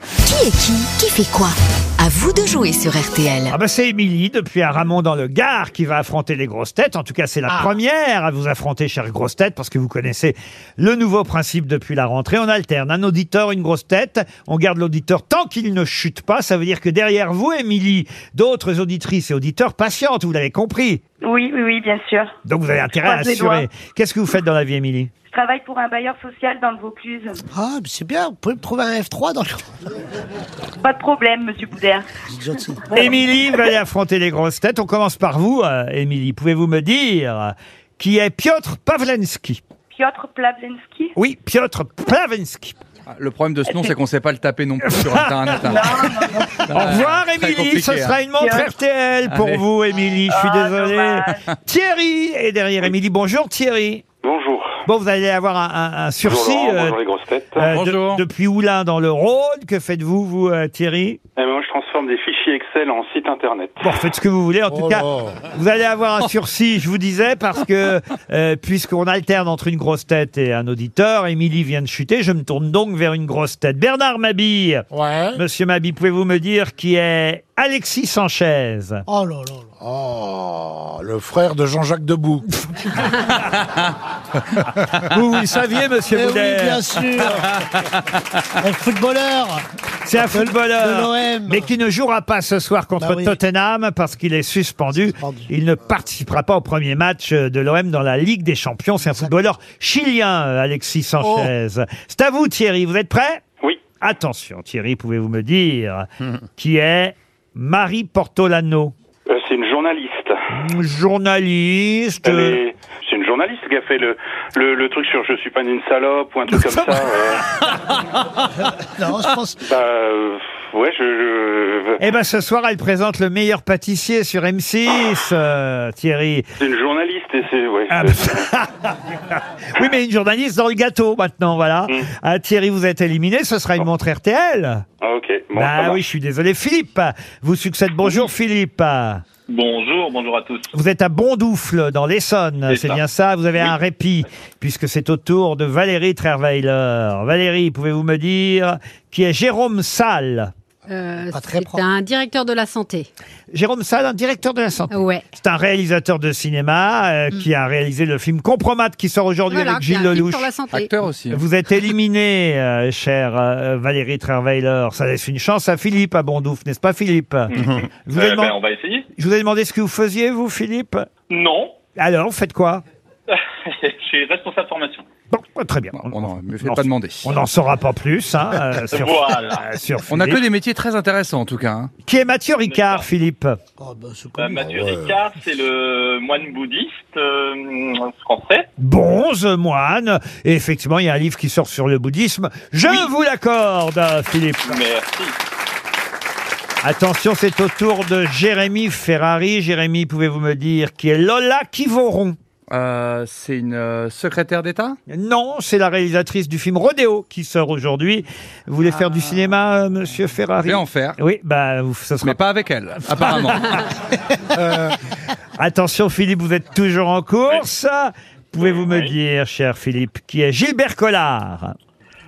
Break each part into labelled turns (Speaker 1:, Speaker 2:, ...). Speaker 1: Qui est qui Qui fait quoi À vous de jouer sur RTL.
Speaker 2: Ah bah c'est Émilie depuis Aramon dans le Gard qui va affronter les grosses têtes. En tout cas, c'est
Speaker 3: Ah.
Speaker 2: la première à vous affronter, chère grosses têtes, parce que vous connaissez le nouveau principe depuis la rentrée. On alterne un auditeur, une grosse tête. On garde l'auditeur tant qu'il ne chute pas. Ça veut dire que derrière vous, Émilie, d'autres auditrices et auditeurs patientes, vous l'avez compris.
Speaker 3: Oui, oui, oui, bien sûr.
Speaker 2: Donc vous avez intérêt à
Speaker 3: croise les
Speaker 2: assurer.
Speaker 3: doigts.
Speaker 2: Qu'est-ce que vous faites dans la vie, Émilie
Speaker 3: Je travaille pour un bailleur social dans le Vaucluse.
Speaker 4: Ah, mais c'est bien, vous pouvez me trouver un F3 dans le...
Speaker 3: Pas de problème, monsieur Boudère.
Speaker 4: C'est gentil.
Speaker 2: Émilie, vous allez affronter les grosses têtes. On commence par vous, euh, Émilie. Pouvez-vous me dire euh, qui est Piotr Pavlensky
Speaker 3: Piotr Plavlensky
Speaker 2: Oui, Piotr Pavlensky.
Speaker 5: Ah, Le problème de ce nom, c'est qu'on sait pas le taper non plus sur Internet. hein.
Speaker 2: Au revoir,
Speaker 5: Ah, très
Speaker 2: Émilie.
Speaker 5: compliqué, hein.
Speaker 2: Ce sera une montre
Speaker 3: Piotr.
Speaker 2: RTL pour
Speaker 5: Allez.
Speaker 2: vous, Émilie. Je suis
Speaker 3: Ah,
Speaker 2: désolé.
Speaker 3: dommage.
Speaker 2: Thierry est derrière Émilie. Bonjour, Thierry.
Speaker 6: Bonjour.
Speaker 2: Bon, vous allez avoir un, un- un
Speaker 6: Bonjour,
Speaker 2: sursis
Speaker 6: Laurent,
Speaker 2: euh,
Speaker 6: bonjour les grosses têtes.
Speaker 2: euh, de-
Speaker 5: Bonjour.
Speaker 2: depuis Oulin dans le Rhône. Que faites-vous, vous, euh, Thierry
Speaker 6: Eh ben, moi, je transforme des fichiers Excel en site internet.
Speaker 2: Bon, faites ce que vous voulez. En tout
Speaker 4: Oh
Speaker 2: cas,
Speaker 4: là.
Speaker 2: vous allez avoir un sursis, je vous disais, parce que euh, puisqu'on alterne entre une grosse tête et un auditeur, Émilie vient de chuter. Je me tourne donc vers une grosse tête. Bernard Mabille.
Speaker 4: Ouais.
Speaker 2: Monsieur Mabille, pouvez-vous me dire qui est Alexis Sanchez
Speaker 4: Oh là là là.
Speaker 7: Oh, le frère de Jean-Jacques Debout.
Speaker 2: Vous, vous le saviez, monsieur
Speaker 4: Mais Eh oui,
Speaker 2: Boudère
Speaker 4: bien sûr. Un footballeur.
Speaker 2: C'est un footballeur,
Speaker 4: de l'OM.
Speaker 2: mais qui ne jouera pas ce soir contre
Speaker 4: Bah oui.
Speaker 2: Tottenham parce qu'il est suspendu.
Speaker 4: Suspendu.
Speaker 2: Il ne participera pas au premier match de l'OM dans la Ligue des Champions. C'est un footballeur chilien, euh, Alexis
Speaker 4: Oh.
Speaker 2: Sanchez. C'est à vous, Thierry. Vous êtes prêt
Speaker 6: Oui.
Speaker 2: Attention, Thierry, pouvez-vous me dire qui est Marie Portolano
Speaker 6: Euh, c'est une journaliste.
Speaker 2: Journaliste.
Speaker 6: Elle est- C'est une journaliste qui a fait le, le, le truc sur Je suis pas une salope ou un truc comme ça. euh.
Speaker 4: Non, je pense.
Speaker 6: bah, euh, ouais, je. je-
Speaker 2: Eh ben, ce soir, elle présente le meilleur pâtissier sur M6, euh, Thierry.
Speaker 6: C'est une journaliste et c'est. Ouais,
Speaker 2: Ah,
Speaker 6: c'est-
Speaker 2: bah. oui, mais une journaliste dans le gâteau maintenant, voilà.
Speaker 6: Mm.
Speaker 2: Ah, Thierry, vous êtes éliminé, ce sera une montre RTL.
Speaker 6: ah, ok. Bon, ça
Speaker 2: bah
Speaker 6: marche.
Speaker 2: oui, je suis désolé. Philippe vous succède. Bonjour Philippe.
Speaker 8: Bonjour, bonjour à tous.
Speaker 2: Vous êtes à Bondoufle, dans l'Essonne,
Speaker 8: C'est
Speaker 2: c'est
Speaker 8: ça.
Speaker 2: bien ça. Vous avez
Speaker 8: Oui.
Speaker 2: un répit, puisque c'est au tour de Valérie Trerweiler. Valérie, pouvez-vous me dire qui est Jérôme Salle
Speaker 9: Euh,
Speaker 4: Pas très
Speaker 9: c'est
Speaker 4: propre.
Speaker 9: un directeur de la santé.
Speaker 2: Jérôme Salle, un directeur de la santé.
Speaker 9: Ouais. Mm.
Speaker 2: C'est un réalisateur de cinéma euh, qui a réalisé le film Compromat qui sort aujourd'hui
Speaker 9: Voilà,
Speaker 2: avec Gilles
Speaker 9: il y a un film
Speaker 2: Lelouch.
Speaker 9: sur la santé.
Speaker 5: Acteur aussi. hein.
Speaker 2: Vous êtes éliminé, euh, cher euh, Valérie Trerweiler. Ça laisse une chance à Philippe à Bondouf, n'est-ce pas, Philippe je, vous ai
Speaker 8: Euh,
Speaker 2: demandé-
Speaker 8: ben, on va essayer.
Speaker 2: je vous ai demandé ce que vous faisiez, vous, Philippe.
Speaker 8: Non,
Speaker 2: Alors, vous faites quoi
Speaker 8: je suis responsable formation.
Speaker 2: Bon, bah, très bien.
Speaker 5: Bon, On n'en me fait
Speaker 2: on-
Speaker 5: pas demander.
Speaker 2: on n'en saura pas plus hein, euh, sur,
Speaker 8: Voilà.
Speaker 2: euh, sur
Speaker 5: On a que
Speaker 2: Philippe.
Speaker 5: des métiers très intéressants en tout cas. hein.
Speaker 2: Qui est Mathieu Ricard,
Speaker 8: D'accord.
Speaker 2: Philippe
Speaker 4: Oh, bah, c'est
Speaker 8: Euh,
Speaker 4: connu.
Speaker 8: Mathieu
Speaker 7: ouais.
Speaker 8: Ricard, c'est le moine bouddhiste euh, français.
Speaker 2: Bonze, moine. Et effectivement, il y a un livre qui sort sur le bouddhisme. Je vous l'accorde, Philippe.
Speaker 8: Merci.
Speaker 2: Attention, c'est au tour de Jérémy Ferrari. Jérémy, pouvez-vous me dire qui est Lola Kivoron
Speaker 5: Euh, c'est une euh, secrétaire d'État
Speaker 2: Non, c'est la réalisatrice du film Rodéo qui sort aujourd'hui. Vous voulez faire du cinéma, euh, monsieur
Speaker 5: Je
Speaker 2: Ferrari
Speaker 5: vais en faire.
Speaker 2: Oui, bah, vous- ce sera.
Speaker 5: Mais pas avec elle, apparemment.
Speaker 2: Attention, Philippe, vous êtes toujours en course. Pouvez-vous me
Speaker 8: Oui.
Speaker 2: dire, cher Philippe, qui est Gilbert Collard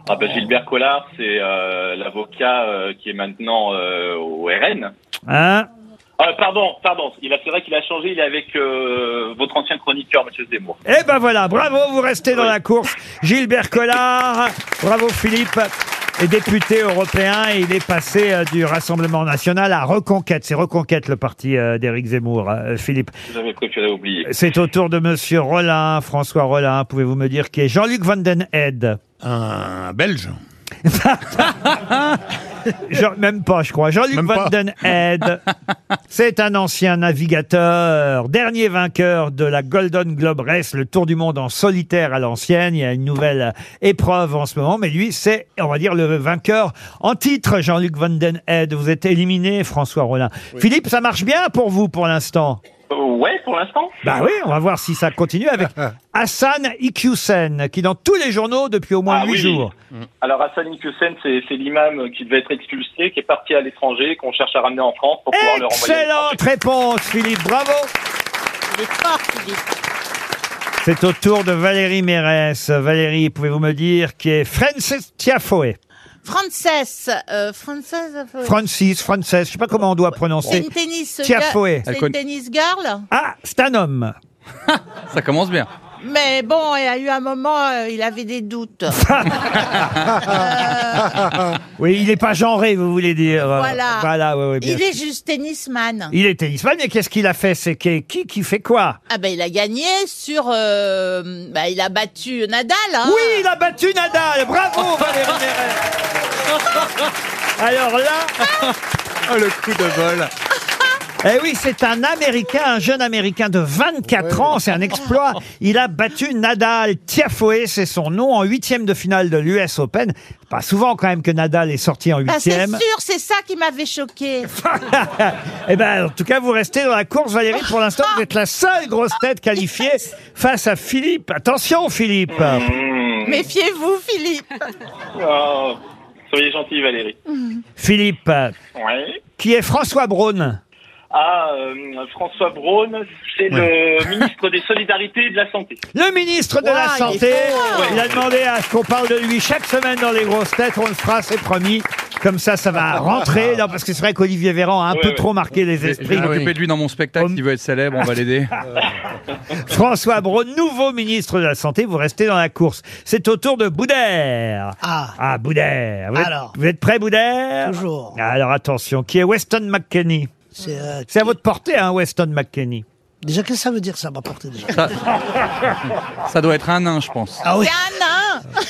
Speaker 8: Ah ben, Gilbert Collard, c'est euh, l'avocat euh, qui est maintenant euh, au RN.
Speaker 2: Hein
Speaker 8: Ah, pardon, pardon. Il a, c'est vrai qu'il a changé. Il est avec euh, votre ancien chroniqueur, Monsieur Zemmour.
Speaker 2: Eh ben voilà, bravo, vous restez dans
Speaker 8: Oui.
Speaker 2: la course. Gilbert Collard, bravo Philippe. est député européen, et il est passé euh, du Rassemblement national à Reconquête. C'est Reconquête le parti euh, d'Éric Zemmour, euh, Philippe.
Speaker 8: J'avais cru que tu l'avais oublié.
Speaker 2: C'est au tour de Monsieur Rollin, François Rollin. Pouvez-vous me dire qui est Jean-Luc Vandenhead
Speaker 7: Un Belge.
Speaker 2: Jean- Même pas, je crois. Jean-Luc
Speaker 7: Même pas.
Speaker 2: Vandenhead. C'est un ancien navigateur, dernier vainqueur de la Golden Globe Race, le Tour du monde en solitaire à l'ancienne. Il y a une nouvelle épreuve en ce moment, mais lui, c'est, on va dire, le vainqueur en titre, Jean-Luc Vandenhead. Vous êtes éliminé, François Rollin. Philippe, ça marche bien pour vous pour l'instant
Speaker 8: Euh, ouais, pour l'instant.
Speaker 2: Bah oui, on va voir si ça continue avec Hassan Iqiyoussen, qui est dans tous les journaux depuis au moins
Speaker 8: Ah
Speaker 2: huit
Speaker 8: oui.
Speaker 2: jours.
Speaker 8: Alors Hassan Iqiyoussen, c'est c'est l'imam qui devait être expulsé, qui est parti à l'étranger, qu'on cherche à ramener en France pour pouvoir le renvoyer. Oh, à l'étranger.
Speaker 2: Excellente réponse, Philippe. Bravo. C'est au tour de Valérie Mérès. Valérie, pouvez-vous me dire qui est Francis Tiafoe
Speaker 10: Frances, euh, Frances, euh,
Speaker 2: Francis, Frances, je sais pas comment on doit
Speaker 10: c'est
Speaker 2: prononcer.
Speaker 10: une tennis,
Speaker 2: Tiafoe.
Speaker 10: ga-
Speaker 2: Elle
Speaker 10: c'est une
Speaker 2: connaît-
Speaker 10: tennis girl.
Speaker 2: Ah, c'est un homme.
Speaker 5: Ça commence bien.
Speaker 10: Mais bon, il y a eu un moment, euh, il avait des doutes.
Speaker 2: Oui, il n'est pas genré, vous voulez dire.
Speaker 10: Voilà.
Speaker 2: Voilà, oui, oui, bien
Speaker 10: il
Speaker 2: sûr.
Speaker 10: est juste tennisman.
Speaker 2: Il est tennisman, mais qu'est-ce qu'il a fait C'est qui, qui qui fait quoi
Speaker 10: Ah ben il a gagné sur, euh, bah, il a battu Nadal. Hein.
Speaker 2: Oui, il a battu Nadal. Bravo, Valérie Mérès. Alors là,
Speaker 5: Oh, le coup de bol.
Speaker 2: eh oui, c'est un Américain, un jeune Américain de 24 ans, c'est un exploit. Il a battu Nadal. Tiafoe, c'est son nom, en huitième de finale de l'US Open. Pas souvent quand même que Nadal est sorti en
Speaker 10: Bah, c'est
Speaker 2: huitième.
Speaker 10: sûr, c'est ça qui m'avait choqué.
Speaker 2: Eh ben, en tout cas, vous restez dans la course, Valérie. Pour l'instant, vous êtes la seule grosse tête qualifiée face à Philippe. Attention, Philippe.
Speaker 10: Méfiez-vous, Philippe.
Speaker 8: Hmm. Oh, soyez gentil, Valérie.
Speaker 2: Philippe,
Speaker 8: Ouais.
Speaker 2: qui est François Braun.
Speaker 8: Ah, euh, François Braun, c'est le ministre des Solidarités et de la Santé.
Speaker 2: Le ministre de
Speaker 4: Ah,
Speaker 2: la Santé, il a demandé à ce qu'on parle de lui chaque semaine dans les grosses têtes. On le fera, c'est promis. Comme ça, ça va rentrer. Non, parce que c'est vrai qu'Olivier Véran a un
Speaker 5: Ouais,
Speaker 2: peu
Speaker 5: ouais.
Speaker 2: trop marqué les
Speaker 5: Je je vais
Speaker 2: esprits.
Speaker 5: m'occuper de lui dans mon spectacle. S'il veut être célèbre, on va l'aider.
Speaker 2: François Braun, nouveau ministre de la Santé, vous restez dans la course. C'est au tour de Boudère.
Speaker 4: Ah.
Speaker 2: Ah, Boudère. Vous êtes,
Speaker 4: Alors.
Speaker 2: vous êtes prêt, Boudère
Speaker 4: Toujours.
Speaker 2: Alors attention, qui est Weston McKenney
Speaker 4: C'est, euh,
Speaker 2: C'est à votre portée, hein, Weston McKenney.
Speaker 4: Déjà, qu'est-ce que ça veut dire, ça, ma portée, déjà
Speaker 5: Ça, ça doit être un nain, je pense.
Speaker 4: Ah oui.
Speaker 10: C'est un nain.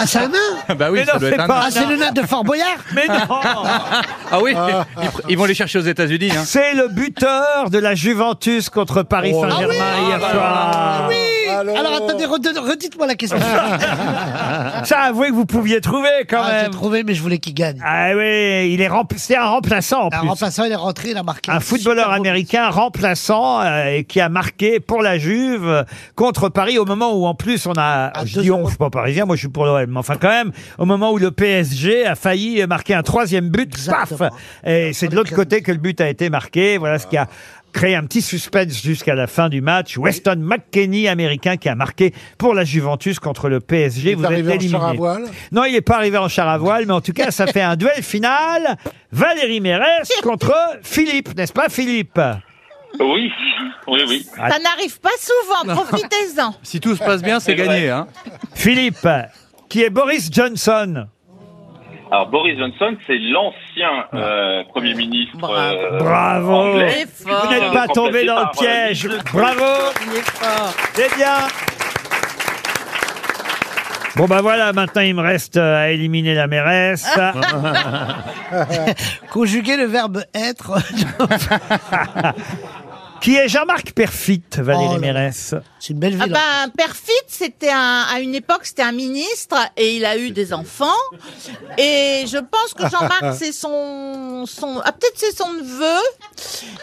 Speaker 4: Ah, c'est un nain
Speaker 5: Bah oui,
Speaker 2: Mais
Speaker 5: ça
Speaker 2: non,
Speaker 5: doit
Speaker 2: c'est
Speaker 5: être un
Speaker 2: pas-
Speaker 5: nain.
Speaker 4: Ah, c'est le nain de Fort Boyard
Speaker 2: Mais non
Speaker 5: Ah oui, ils, pr- ils vont les chercher aux États-Unis. Hein.
Speaker 2: C'est le buteur de la Juventus contre Paris
Speaker 7: Oh là
Speaker 2: Saint-Germain hier
Speaker 7: Ah.
Speaker 2: soir.
Speaker 4: Oui
Speaker 7: Alors-
Speaker 4: Alors, attendez, redonne- redites-moi la question.
Speaker 2: Ah. Ça, avouez que vous pouviez trouver quand
Speaker 4: Ah, J'ai
Speaker 2: même.
Speaker 4: trouvé, mais je voulais qu'il gagne.
Speaker 2: Ah oui, il est rempla- c'est un remplaçant en
Speaker 4: Ah, En
Speaker 2: plus.
Speaker 4: remplaçant, il est rentré, il a marqué.
Speaker 2: Un footballeur
Speaker 4: Super beau but.
Speaker 2: américain remplaçant euh, et qui a marqué pour la Juve euh, contre Paris au moment où en plus on a
Speaker 4: Ah,
Speaker 2: je dis
Speaker 4: deux
Speaker 2: on, je suis pas parisien, moi je suis pour l'OM, mais enfin quand même au moment où le PSG a failli marquer un troisième but,
Speaker 4: Exactement.
Speaker 2: paf Et c'est de l'autre côté que le but a été marqué. Voilà ce qui a
Speaker 4: Ah.
Speaker 2: créé un petit suspense jusqu'à la fin du match. Weston McKenney, américain, qui a marqué pour la Juventus contre le PSG.
Speaker 7: Il est
Speaker 2: Vous êtes
Speaker 7: arrivé en char à
Speaker 2: éliminé.
Speaker 7: voile
Speaker 2: Non, il n'est pas arrivé en char à voile, mais en tout cas, ça fait un duel final. Valérie Mérès contre Philippe, n'est-ce pas, Philippe
Speaker 8: Oui, oui, oui.
Speaker 10: Ah. Ça n'arrive pas souvent, profitez-en.
Speaker 5: Si tout se passe bien, c'est
Speaker 8: C'est
Speaker 5: gagné.
Speaker 8: vrai.
Speaker 5: Hein.
Speaker 2: Philippe, qui est Boris Johnson.
Speaker 8: Alors, Boris Johnson, c'est l'ancien euh, Premier ministre euh,
Speaker 2: Bravo.
Speaker 8: anglais.
Speaker 10: Vous
Speaker 2: Vous n'êtes pas
Speaker 8: Remplacé
Speaker 2: tombé dans le
Speaker 8: par, euh,
Speaker 2: piège.
Speaker 8: Liz Truss.
Speaker 2: Bravo, c'est bien. Bon bah voilà, maintenant il me reste euh, à éliminer la mairesse.
Speaker 4: Conjuguer le verbe être.
Speaker 2: qui est Jean-Marc Perfit, Valérie
Speaker 4: Oh là là.
Speaker 2: Mérès
Speaker 4: c'est une belle
Speaker 10: Ah
Speaker 4: ville. hein.
Speaker 10: ben, Perfit, c'était un, à une époque, c'était un ministre et il a eu des enfants. Et je pense que Jean-Marc, c'est son, son, ah, peut-être c'est son neveu.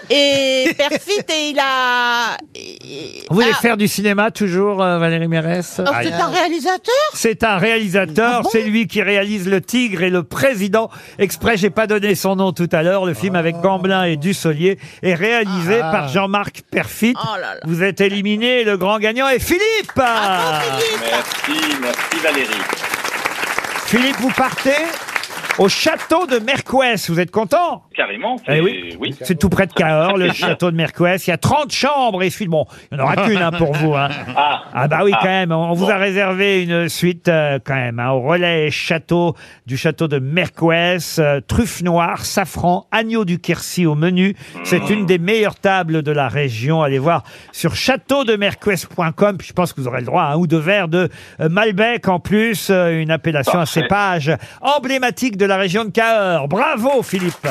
Speaker 10: Et Perfit, et il a, et-
Speaker 2: Vous voulez
Speaker 10: ah,
Speaker 2: faire du cinéma toujours, euh, Valérie Mérès
Speaker 10: oh, c'est un réalisateur?
Speaker 2: C'est un réalisateur, c'est lui qui réalise Le Tigre et le Président. Exprès, j'ai pas donné son nom tout à l'heure. Le film avec Gamblin et Dussolier est réalisé par Jean-Marc Perfit.
Speaker 10: Oh là là.
Speaker 2: Vous êtes éliminé, le grand gagnant est Philippe.
Speaker 10: Ah, bon, Philippe.
Speaker 8: Merci, merci Valérie.
Speaker 2: Philippe, vous partez au château de Mercouès. Vous êtes content
Speaker 8: Carrément,
Speaker 2: Eh
Speaker 8: c'est-
Speaker 2: oui.
Speaker 8: oui.
Speaker 2: C'est tout près de Cahors, le château de Mercouès. Il y a 30 chambres et suite. Bon, il n'y en aura qu'une hein, pour vous. hein.
Speaker 8: Ah,
Speaker 2: Ah bah oui,
Speaker 8: Ah.
Speaker 2: quand même. On vous a réservé une suite euh, quand même hein, au relais château du château de Mercouès. euh, truffe noire, safran, agneau du Quercy au menu. C'est une des meilleures tables de la région. Allez voir sur châteaudemercouès.com. Puis je pense que vous aurez le droit à un ou deux verres de euh, Malbec en plus. euh, une appellation à
Speaker 8: Parfait.
Speaker 2: cépage emblématique de la région de Cahors. Bravo Philippe